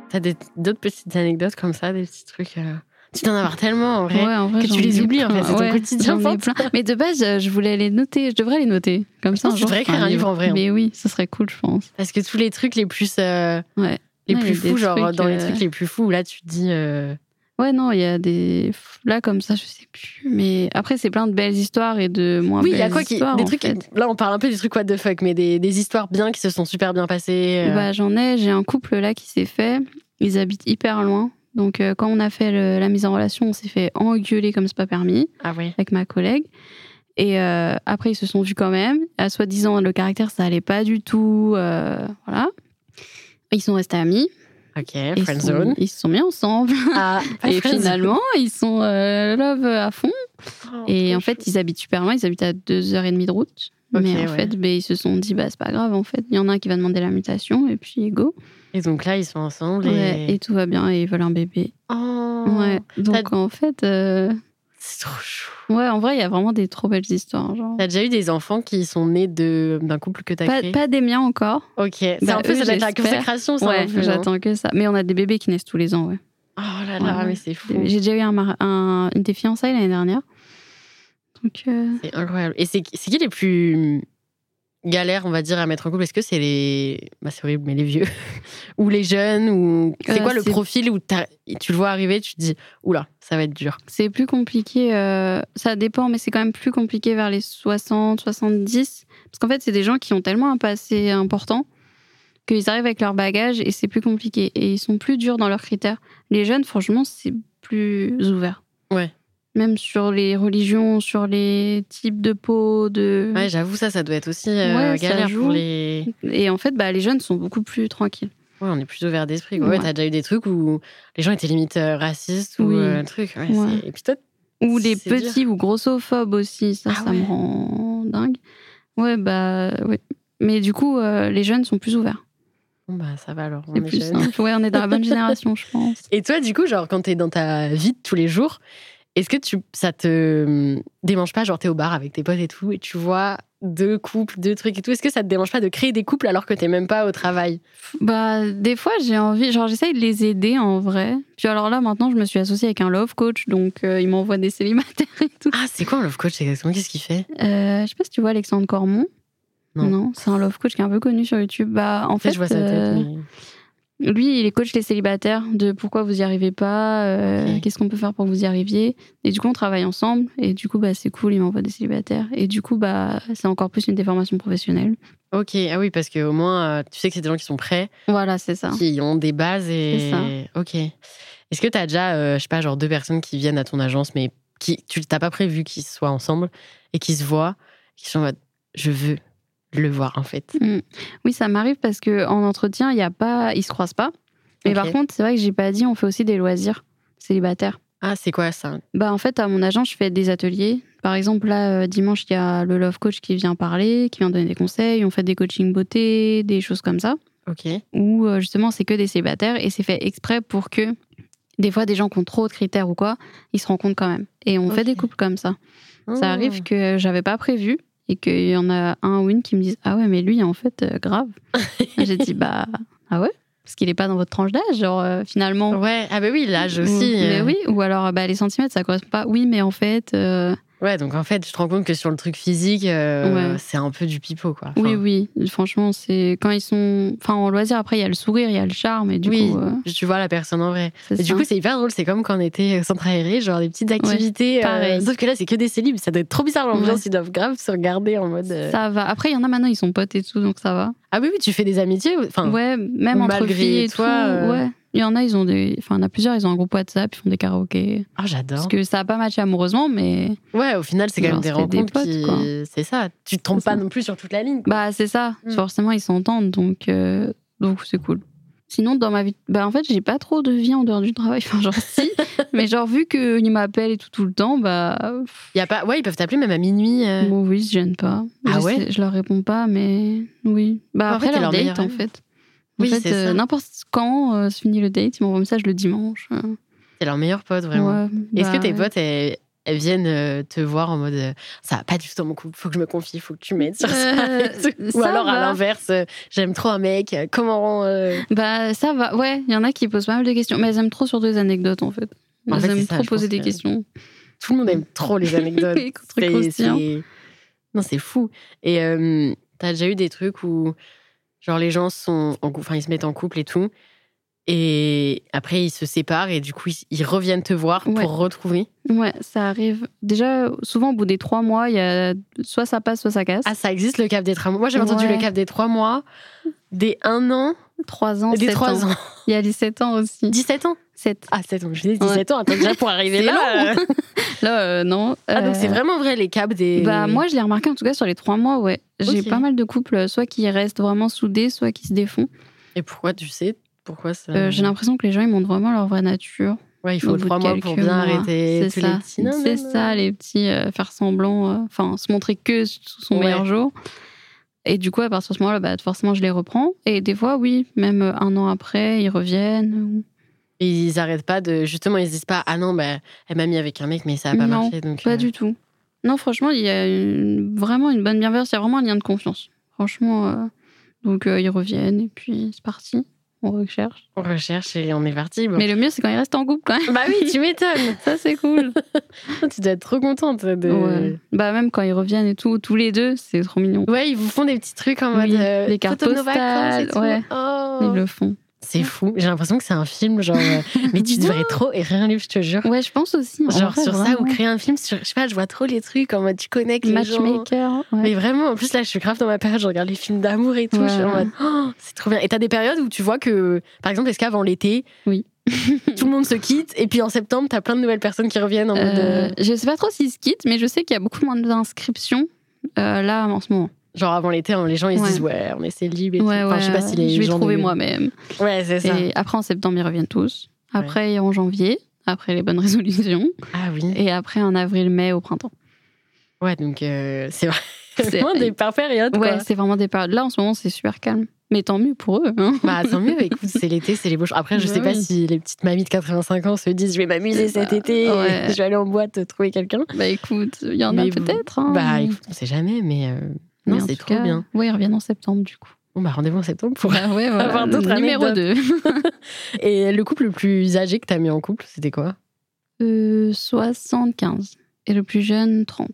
T'as des- d'autres petites anecdotes comme ça, des petits trucs. euh, Tu t'en avoir tellement en vrai. en vrai, que tu j'en les ai oublies, en plein. fait, c'est ton quotidien, j'en ai Fante. plein. Mais de base, euh, je voulais les noter. Je devrais les noter. Comme ça, pense que un tu jour, devrais je ferai écrire un livre en vrai, hein. Mais oui, ce serait cool, je pense. Parce que tous les trucs les plus. euh, Ouais. Les Ouais, plus il y a des fous, genre trucs, dans les euh, trucs les plus fous, où là tu te dis. euh, Ouais, non, il y a des. Là, comme ça, je sais plus. Mais après, c'est plein de belles histoires et de moins Oui, il belles y a quoi qui. histoires, Des en trucs, fait. là on parle un peu des trucs what the fuck, mais des, des histoires bien qui se sont super bien passées. euh, Bah, J'en ai, j'ai un couple là qui s'est fait. Ils habitent hyper loin. Donc, euh, quand on a fait le- la mise en relation, on s'est fait engueuler comme c'est pas permis Ah ouais. avec ma collègue. Et euh, après, ils se sont vus quand même. À soi-disant, le caractère, ça allait pas du tout. euh, voilà. Ils sont restés amis. Ok, Et friend ils, sont- [laughs] zone. ils se sont mis ensemble. Ah, pas et friend zone. finalement, ils sont euh, love à fond. [laughs] Oh, Et trop en fait, chou. ils habitent super loin, ils habitent à deux heures et demie de route. Ok, mais en ouais. fait, ben, ils se sont dit, bah, c'est pas grave, en fait. Il y en a un qui va demander la mutation, et puis go. Et donc là, ils sont ensemble. Ouais, et... et tout va bien, et ils veulent un bébé. Oh, Ouais. Donc en fait, euh, C'est trop chou. ouais, en vrai, il y a vraiment des trop belles histoires. Genre. T'as déjà eu des enfants qui sont nés de- d'un couple que t'as Pas, créé pas des miens encore. Ok, c'est Bah, un peu eux, ça doit être la j'espère. consécration, ça. un Ouais, peu, non j'attends que ça. Mais on a des bébés qui naissent tous les ans, ouais. Oh là là, Ouais. mais c'est fou. J'ai déjà eu un mari- un- une des fiançailles l'année dernière. Donc, euh, C'est incroyable. Et c'est c'est qui les plus galèrent, on va dire, à mettre en couple Est-ce que c'est les. Bah, c'est horrible, mais les vieux. [laughs] ou les jeunes ou... C'est Euh, quoi le c'est- profil où t'as- tu le vois arriver, tu te dis, oula, ça va être dur. C'est plus compliqué, euh, ça dépend, mais c'est quand même plus compliqué vers les 60, 70. Parce qu'en fait, c'est des gens qui ont tellement un passé important qu'ils arrivent avec leur bagage et c'est plus compliqué. Et ils sont plus durs dans leurs critères. Les jeunes, franchement, c'est plus ouvert. Ouais. Même sur les religions, sur les types de peau, de... Ouais, j'avoue, ça, ça doit être aussi euh, Mm. Ouais, ça galère joue. pour les. Et en fait, bah, les jeunes sont beaucoup plus tranquilles. Ouais, on est plus ouvert d'esprit. quoi. Ouais, Ouais. T'as déjà eu des trucs où les gens étaient limite euh, racistes ou Oui. euh, un truc. Ouais, Ouais. c'est- Et puis toi, Ou les C'est dur. petits ou grossophobes aussi, ça, Ah ça ouais. me rend dingue. Ouais, bah oui. Mais du coup, euh, les jeunes sont plus ouverts. bon, bah, ça va alors. on C'est est plus jeunes. simple. Ouais, on est dans [laughs] la bonne génération, je pense. Et toi, du coup, genre, quand t'es dans ta vie de tous les jours, est-ce que tu, ça te euh, démange pas Genre, t'es au bar avec tes potes et tout, et tu vois deux couples, deux trucs et tout. Est-ce que ça te démange pas de créer des couples alors que t'es même pas au travail Bah, des fois, j'ai envie, genre, j'essaye de les aider en vrai. Puis alors là, maintenant, je me suis associée avec un love coach, donc euh, il m'envoie des [laughs] célibataires et tout. Ah, c'est quoi un love coach exactement Qu'est-ce qu'il fait Euh, je sais pas si tu vois Alexandre Cormon. Non. c'est un love coach qui est un peu connu sur YouTube. Bah, en En fait, fait, je vois sa tête. euh, mais- Lui, il est coach des célibataires, de pourquoi vous y arrivez pas, euh, Ok. qu'est-ce qu'on peut faire pour que vous y arriviez. Et du coup, on travaille ensemble. Et du coup, bah, c'est cool, il m'envoie des célibataires. Et du coup, bah, c'est encore plus une déformation professionnelle. Ok, ah oui, parce qu'au moins, euh, tu sais que c'est des gens qui sont prêts, Voilà, c'est ça. qui ont des bases et. C'est ça. Ok. Est-ce que t'as déjà, euh, je sais pas, genre deux personnes qui viennent à ton agence, mais qui tu t'as pas prévu qu'ils soient ensemble et qui se voient, qui sont en mode, je veux le voir en fait. Mm. Oui, ça m'arrive parce que en entretien, il y a pas, ils se croisent pas. Mais Ok. par contre, c'est vrai que j'ai pas dit, on fait aussi des loisirs célibataires. Ah, c'est quoi ça Bah, en fait, à mon agent, je fais des ateliers. Par exemple, là, euh, dimanche, il y a le love coach qui vient parler, qui vient donner des conseils. On fait des coachings beauté, des choses comme ça. Ok. où euh, justement c'est que des célibataires et c'est fait exprès pour que des fois des gens qui ont trop de critères ou quoi, ils se rencontrent quand même. Et on Ok. fait des couples comme ça. Ah. Ça arrive que j'avais pas prévu et qu'il y en a un ou une qui me disent ah ouais mais lui en fait euh, grave. J'ai dit bah ah ouais parce qu'il est pas dans votre tranche d'âge genre euh, finalement. Ouais, ah bah oui, l'âge Ou- aussi. Mm. mais euh. oui ou alors bah, les centimètres ça correspond pas. Oui mais en fait euh, Ouais, donc en fait, tu te rends compte que sur le truc physique, euh, Ouais. c'est un peu du pipeau, quoi. Enfin, oui oui franchement c'est quand ils sont enfin en loisir après il y a le sourire il y a le charme et du oui, coup euh, tu vois la personne en vrai. c'est Et du ça. coup, c'est hyper drôle. C'est comme quand on était au centre aéré, genre des petites activités. euh, pareil. sauf que là, c'est que des célibs. Ça doit être trop bizarre l'ambiance. Ouais. Ils doivent grave se regarder en mode. euh, ça va après il y en a maintenant ils sont potes et tout donc ça va. Ah oui, oui, tu fais des amitiés. ou- Enfin, Ouais, même Ou entre malgré filles et toi, tout, euh, ouais. Il y en a, ils ont des. Enfin, il y en a plusieurs, ils ont un groupe WhatsApp, ils font des karaokés. ah, j'adore. Parce que ça a pas matché amoureusement, mais. Ouais, au final, c'est quand même Genre, des on se fait des rencontres potes, quoi. qui. C'est ça. Tu te trompes C'est ça. pas non plus sur toute la ligne. quoi. Bah, c'est ça. Mm. Forcément, ils s'entendent, donc. euh, Donc, c'est cool. Sinon, dans ma vie. Bah, en fait, j'ai pas trop de vie en dehors du travail. [laughs] Enfin, [laughs] genre, si. mais genre, vu qu'ils m'appellent et tout, tout le temps, bah. pff, Y a pas... Ouais, ils peuvent t'appeler même à minuit. euh. Bon, oui, ils se gênent pas. Ah Je ouais sais- Je leur réponds pas, mais. Oui. Bah, En après, fait, t'es leur leur meilleur date, en ami. fait. Oui, en c'est fait, euh, ça. n'importe quand euh, se finit le date, ils m'envoient un message le dimanche. euh. C'est leur meilleur pote, vraiment. Ouais, Est-ce que bah, tes ouais. potes, elles, elles viennent euh, te voir en mode euh, ça va pas du tout dans mon couple, faut que je me confie, faut que tu m'aides sur ça. et Euh, tout. Ou ça alors à va. l'inverse, euh, j'aime trop un mec, euh, comment. euh, Bah ça va, ouais, il y en a qui posent pas mal de questions, mais elles aiment trop sur des anecdotes en fait. En elles fait, c'est aiment ça, trop je poser pense des que- questions. [laughs] Tout le monde aime trop les [laughs] anecdotes. Des trucs C'est- croustillants. c'est- Non, c'est fou. Et euh, t'as déjà eu des trucs où, genre, les gens sont. en cou- Enfin, ils se mettent en couple et tout. Et après, ils se séparent et du coup, ils, ils reviennent te voir Ouais. pour retrouver. Ouais, ça arrive. Déjà, souvent au bout des trois mois, il y a soit ça passe, soit ça casse. Ah, ça existe le cap des trois mois. Moi, j'avais entendu Ouais. le cap des trois mois, des un an, trois ans, des sept trois ans, Il y a les sept ans aussi. 17 ans. Sept. Ah, 7 ans, je disais 17 ans, attends, déjà [laughs] pour arriver C'est là. euh. Là, euh, non. Ah, euh, donc c'est vraiment vrai les câbles des. Bah moi, je l'ai remarqué en tout cas sur les trois mois, ouais. J'ai Ok. pas mal de couples, euh, soit qui restent vraiment soudés, soit qui se défont. Et pourquoi tu sais Pourquoi ça. Euh, J'ai l'impression que les gens, ils montrent vraiment leur vraie nature. Ouais, il Au faut bout de 3 mois pour quelques bien mois. arrêter tous C'est ça. les petits. Non, non, C'est non. ça, les petits euh, faire semblant, euh, enfin se montrer que sous son Ouais. meilleur jour. Et du coup, à partir de ce moment-là, bah, forcément, je les reprends. Et des fois, oui, même euh, un an après, ils reviennent. Et ils arrêtent pas de. Justement, ils se disent pas Ah non, bah, elle m'a mis avec un mec, mais ça a pas Non, marché. Donc, Pas euh, du tout. Non, franchement, il y a une- vraiment une bonne bienveillance. Il y a vraiment un lien de confiance. Franchement, euh, donc euh, ils reviennent et puis c'est parti. on recherche. On recherche et on est parti. bon. Mais le mieux, c'est quand ils restent en couple quand [laughs] même. Bah oui, tu m'étonnes. [laughs] Ça, c'est cool. [laughs] tu dois être trop contente de. Ouais. Bah, même quand ils reviennent et tout, tous les deux, c'est trop mignon. Ouais, ils vous font des petits trucs en mode Oui, euh, les cartes photo de nos vacances et postales, tout. ouais. Oh. Ils le font. C'est fou. J'ai l'impression que c'est un film genre. [laughs] euh, mais tu devrais trop écrire un livre, je te jure. Ouais, je pense aussi. en genre vrai, sur ça vraiment. ou créer un film sur. Je sais pas, je vois trop les trucs en mode tu connectes les gens. Matchmaker. ouais. Mais vraiment, en plus là, je suis grave dans ma période, je regarde les films d'amour et tout. Ouais. Je suis en mode, oh, c'est trop bien. Et t'as des périodes où tu vois que, par exemple, est-ce qu'avant l'été, Oui. [laughs] tout le monde se quitte, et puis en septembre, t'as plein de nouvelles personnes qui reviennent en mode. Euh, euh, je sais pas trop s'ils se quittent, mais je sais qu'il y a beaucoup moins d'inscriptions euh, là en ce moment. Genre avant l'été, hein, les gens ils se Ouais. disent, ouais, on est célib et tout. Ouais, Enfin, je sais ouais, pas si les je vais gens trouver de- moi-même. Ouais, c'est ça. Et après en septembre ils reviennent tous. Après en janvier. Après les bonnes [laughs] résolutions. Ah oui. Et après en avril-mai au printemps. Ouais, donc euh, c'est [laughs] vrai. C'est- vraiment des par périodes. Ouais, quoi. c'est vraiment des périodes. Là en ce moment c'est super calme. Mais tant mieux pour eux. hein. Bah, tant mieux, écoute, c'est l'été, c'est les beaux jours. Après, je Bah sais pas oui. si les petites mamies de 85 ans se disent je vais m'amuser cet Bah, été, et ouais. je vais aller en boîte trouver quelqu'un. Bah écoute, il y en Mais a peut-être. hein. Bah, écoute, on sait jamais, mais euh, Mais non, en c'est tout trop cas, bien. Ouais, ils reviennent en septembre du coup. Bon, bah, rendez-vous en septembre pour. [laughs] Bah ouais, Avoir d'autres Numéro 2. Et le couple le plus âgé que t'as mis en couple, c'était quoi Euh, 75. Et le plus jeune, 30.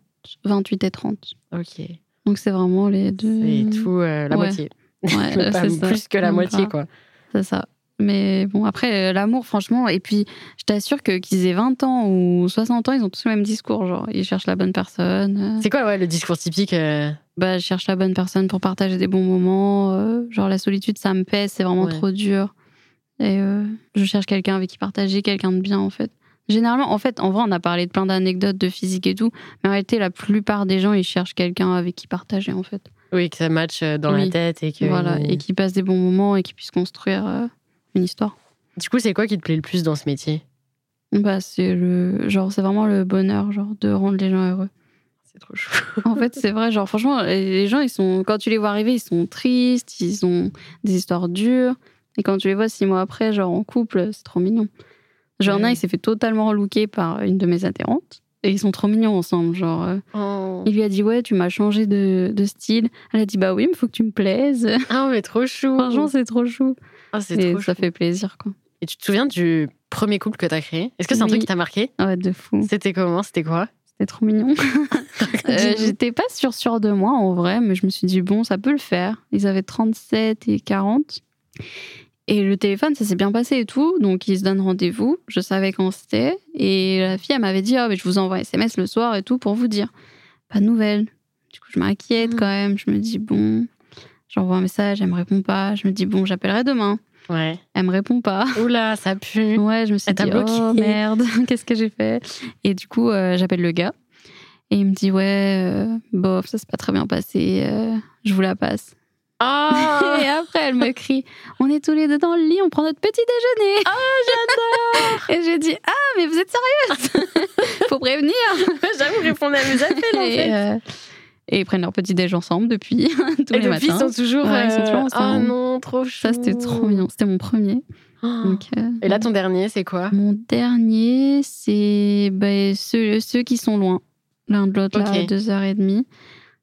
28 et 30. Ok. Donc c'est vraiment les deux. Et tout, euh, la Ouais. moitié. [laughs] Ouais, Pas c'est ça. plus que la Même moitié, pas. quoi. C'est ça. Mais bon, après, euh, l'amour, franchement. Et puis, je t'assure que qu'ils aient 20 ans ou 60 ans, ils ont tous le même discours. Genre, ils cherchent la bonne personne. euh, C'est quoi, ouais, le discours typique euh, Bah, je cherche la bonne personne pour partager des bons moments. euh, genre, la solitude, ça me pèse, c'est vraiment Ouais. trop dur. Et euh, je cherche quelqu'un avec qui partager, quelqu'un de bien, en fait. Généralement, en fait, en vrai, on a parlé de plein d'anecdotes de physique et tout, mais en réalité, la plupart des gens, ils cherchent quelqu'un avec qui partager, en fait. Oui, que ça match euh, dans la Oui. tête et que. Voilà, et qui passe des bons moments et qui puisse construire euh, une histoire. Du coup, c'est quoi qui te plaît le plus dans ce métier Bah, c'est le genre, c'est vraiment le bonheur, genre, de rendre les gens heureux. C'est trop chou. En fait, c'est vrai, genre, franchement, les gens, ils sont, quand tu les vois arriver, ils sont tristes, ils ont des histoires dures. Et quand tu les vois six mois après, genre, en couple, c'est trop mignon. Genre, Ouais. un, il s'est fait totalement relooker par une de mes adhérentes. Et ils sont trop mignons ensemble. Genre, euh, Oh. il lui a dit, ouais, tu m'as changé de, de style. Elle a dit, bah oui, mais faut que tu me plaises. Ah, mais trop chou. Franchement, c'est trop chou. Ah, c'est Et trop ça chou. fait plaisir, quoi. Et tu te souviens du premier couple que t'as créé Est-ce que c'est un Oui. Mm. truc qui t'a marqué Ah Ouais, de fou. C'était comment C'était quoi C'était trop mignon. [laughs] Euh, Dis-nous. J'étais pas sûre, sûre de moi en vrai, mais je me suis dit, bon, ça peut le faire. Ils avaient 37 et 40. Et le téléphone, ça s'est bien passé et tout. Donc, ils se donnent rendez-vous. Je savais quand c'était. Et la fille, elle m'avait dit, Ah, mais je vous envoie un SMS le soir et tout pour vous dire. Pas de nouvelles. Du coup, je m'inquiète Mm. quand même. Je me dis, bon, j'envoie un message, elle me répond pas. Je me dis, bon, j'appellerai demain. Ouais. Elle me répond pas. Oula, ça pue. Ouais, je me Mm. suis Elle t'a dit, bloqué. oh merde, [laughs] qu'est-ce que j'ai fait Et du coup, euh, j'appelle le gars. Et il me dit, ouais, euh, bof, ça s'est pas très bien passé, euh, je vous la passe. Ah [laughs] Et après, elle me crie, on est tous les deux dans le lit, on prend notre petit déjeuner. j'adore [laughs] Et j'ai dit, ah, mais vous êtes sérieuse [laughs] [laughs] Faut prévenir J'avoue, répondre à mes appels, en fait. et, euh, et ils prennent leur petit déj ensemble depuis [laughs] tous Et les depuis, ils matins. sont toujours. Ouais, ils sont euh, toujours Ah ensemble. non, trop chou. Ça, c'était trop mignon. C'était mon premier. Oh. Donc, Mm. euh, Et là, ton dernier, c'est quoi Mon dernier, c'est ben, ceux, ceux qui sont loin, l'un de l'autre, là, Ok. à deux heures et demie.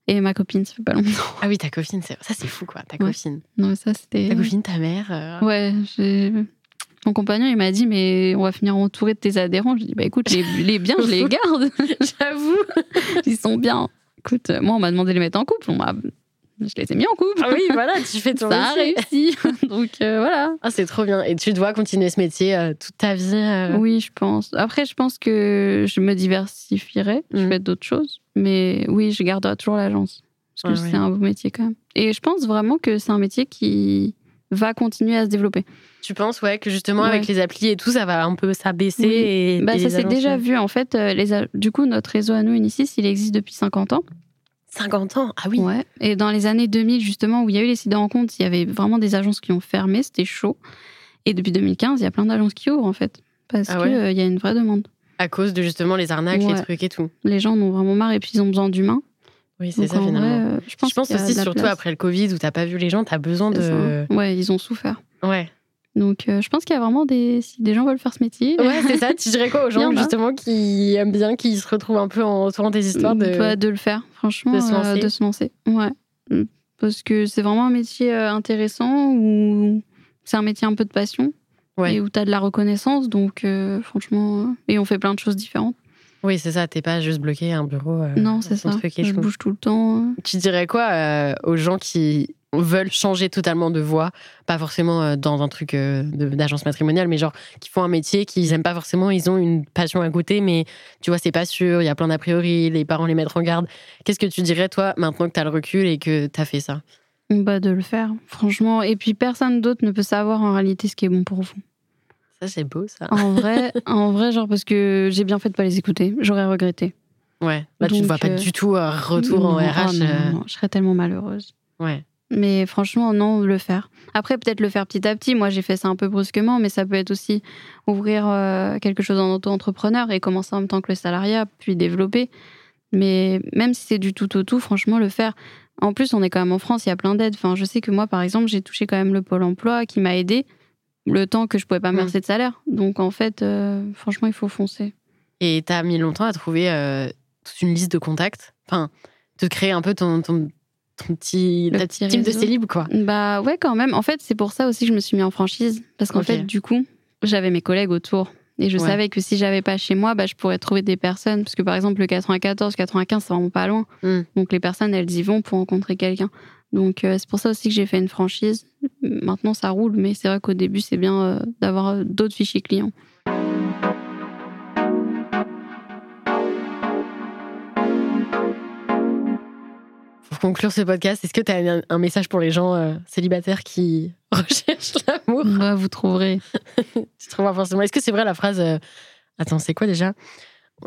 Et ma copine, ça fait pas longtemps. Ah oui, ta copine, c'est- ça c'est fou quoi, ta Ouais. copine. Non, mais ça, c'était. Ta copine, ta mère. euh, Ouais, j'ai- Mon compagnon, il m'a dit, mais on va finir entouré de tes adhérents. Je lui ai dit, bah écoute, les, les biens, je [laughs] les garde. [laughs] J'avoue. Ils sont bien. Écoute, euh, moi, on m'a demandé de les mettre en couple. On m'a- je les ai mis en couple. Ah oui, voilà, tu fais ton ça a métier. réussi. [laughs] Donc euh, voilà. Ah, c'est trop bien. Et tu dois continuer ce métier euh, toute ta vie. euh, Oui, je pense. Après, je pense que je me diversifierai, je Mm. fais d'autres choses. Mais oui, je garderai toujours l'agence. Parce que Ouais, c'est ouais. un beau métier quand même. Et je pense vraiment que c'est un métier qui va continuer à se développer. Tu penses, ouais, que justement Ouais. avec les applis et tout, ça va un peu s'abaisser. Oui. Et, Bah, et ça les s'est déjà annonces- vu. En fait, euh, les a- du coup, notre réseau à nous, Unisys, il existe depuis 50 ans. 50 ans. Ah oui. Ouais. Et dans les années 2000, justement, où il y a eu les sites de rencontres, il y avait vraiment des agences qui ont fermé. C'était chaud. Et depuis 2015, il y a plein d'agences qui ouvrent, en fait. Parce Ah que ouais qu'il y a une vraie demande. À cause de justement les arnaques, les Ouais. trucs et tout. Les gens en ont vraiment marre et puis ils ont besoin d'humains. Oui, c'est Donc, ça en finalement. vrai, euh, je pense, je pense qu'il y a aussi, de la surtout place. après le Covid où t'as pas vu les gens, t'as besoin C'est de. ça. Ouais, ils ont souffert. [laughs] Ouais. Donc, euh, je pense qu'il y a vraiment des. Si des gens veulent faire ce métier, Ouais, c'est ça. Tu dirais quoi aux Il y gens en a. justement qui aiment bien, qui se retrouvent un peu en tournant des histoires de. bah, de le faire, franchement, de se euh, lancer. de se lancer. Ouais. Mm. Parce que c'est vraiment un métier euh, intéressant où c'est un métier un peu de passion Ouais. et où tu as de la reconnaissance. Donc, euh, franchement, euh, et on fait plein de choses différentes. Oui, c'est ça, t'es pas juste bloqué à un bureau. euh, non, c'est ton ça. truc est Je chaud. bouge tout le temps. euh. Tu dirais quoi euh, aux gens qui veulent changer totalement de voie, pas forcément euh, dans un truc euh, de- d'agence matrimoniale, mais genre qui font un métier qu'ils aiment pas forcément, ils ont une passion à goûter, mais tu vois, c'est pas sûr, il y a plein d'a priori, les parents les mettent en garde. Qu'est-ce que tu dirais, toi, maintenant que t'as le recul et que t'as fait ça Bah, de le faire, franchement. Et puis, personne d'autre ne peut savoir en réalité ce qui est bon pour vous. Ça, c'est beau, ça. En vrai, en vrai genre, parce que j'ai bien fait de pas les écouter. J'aurais regretté. Ouais, là, tu ne Donc, vois pas euh, du tout un retour en Non, ah RH. non, euh, non, je serais tellement malheureuse. Ouais. Mais franchement, non, le faire. Après, peut-être le faire petit à petit. Moi, j'ai fait ça un peu brusquement, mais ça peut être aussi ouvrir euh, quelque chose en auto-entrepreneur et commencer en même temps que le salariat, puis développer. Mais même si c'est du tout au tout, franchement, le faire. En plus, on est quand même en France, il y a plein d'aides. Enfin, je sais que moi, par exemple, j'ai touché quand même le Pôle emploi qui m'a aidé le temps que je pouvais pas me Mm. verser de salaire. Donc, en fait, euh, franchement, il faut foncer. Et t'as mis longtemps à trouver euh, toute une liste de contacts, enfin, de créer un peu ton, ton, ton petit, Le ta petit petite team de réseau. célib, quoi. Bah ouais, quand même. En fait, c'est pour ça aussi que je me suis mis en franchise. Parce qu'en Ok. fait, du coup, j'avais mes collègues autour. Et je Ouais. savais que si j'avais pas chez moi, bah, je pourrais trouver des personnes. Parce que par exemple, le 94, 95, c'est vraiment pas loin. Mm. Donc les personnes, elles y vont pour rencontrer quelqu'un. Donc euh, c'est pour ça aussi que j'ai fait une franchise. Maintenant, ça roule, mais c'est vrai qu'au début, c'est bien euh, d'avoir euh, d'autres fichiers clients. Pour conclure ce podcast, est-ce que tu as un, un message pour les gens euh, célibataires qui [laughs] recherchent l'amour Ouais, Bah, vous trouverez. Tu trouves pas forcément. Est-ce que c'est vrai la phrase euh, Attends, c'est quoi déjà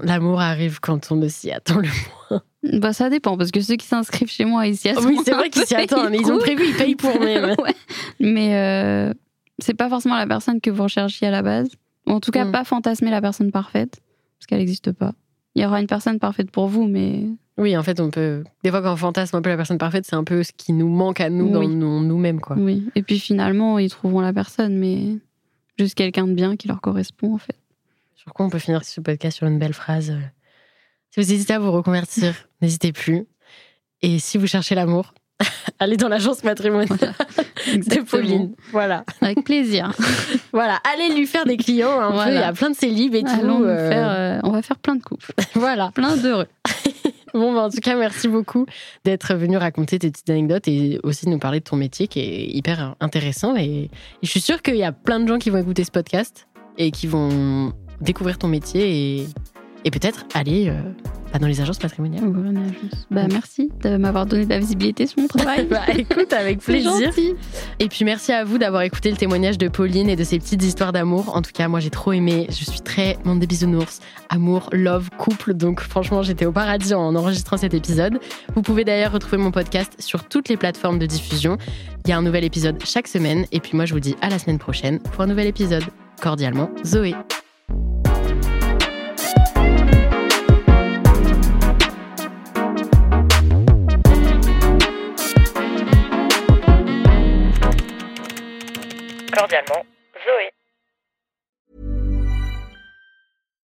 L'amour arrive quand on ne s'y attend le moins. Bah ça dépend, parce que ceux qui s'inscrivent chez moi, ils s'y attendent. Oui, c'est vrai qu'ils s'y Ils attendent, mais ils ont trouvent. prévu, ils [laughs] payent pour même. Ouais. Mais euh, c'est pas forcément la personne que vous recherchiez à la base. Ou en tout cas, Mm. pas fantasmer la personne parfaite, parce qu'elle n'existe pas. Il y aura une personne parfaite pour vous, mais Oui, en fait, on peut. Des fois, quand on fantasme un peu la personne parfaite, c'est un peu ce qui nous manque à nous, dans Oui. nous- nous-mêmes, quoi. oui. Et puis finalement, ils trouveront la personne, mais juste quelqu'un de bien qui leur correspond, en fait. Sur quoi on peut finir ce podcast sur une belle phrase euh, Si vous hésitez à vous reconvertir, [laughs] n'hésitez plus. Et si vous cherchez l'amour, [laughs] allez dans l'agence matrimoniale [laughs] de Exactement. Pauline. Voilà. Avec plaisir. Voilà, allez lui faire des clients un peu. Voilà. Il y a plein de célibes et Allons tout. nous euh, faire, euh, on va faire plein de couples, [laughs] Voilà. plein d'heureux. [laughs] Bon, bah, en tout cas, merci beaucoup d'être venu raconter tes petites anecdotes et aussi nous parler de ton métier qui est hyper intéressant. Et, et je suis sûre qu'il y a plein de gens qui vont écouter ce podcast et qui vont découvrir ton métier et, et peut-être aller euh, bah, dans les agences matrimoniales. Ouvrir une agence. Bah, merci de m'avoir donné de la visibilité sur mon travail. [laughs] Bah, écoute, avec C'est plaisir. gentil. Et puis merci à vous d'avoir écouté le témoignage de Pauline et de ses petites histoires d'amour. En tout cas, moi j'ai trop aimé. Je suis très monde des bisounours, amour, love, couple. Donc franchement, j'étais au paradis en enregistrant cet épisode. Vous pouvez d'ailleurs retrouver mon podcast sur toutes les plateformes de diffusion. Il y a un nouvel épisode chaque semaine. Et puis moi, je vous dis à la semaine prochaine pour un nouvel épisode. Cordialement, Zoé. Cordialement, Zoé.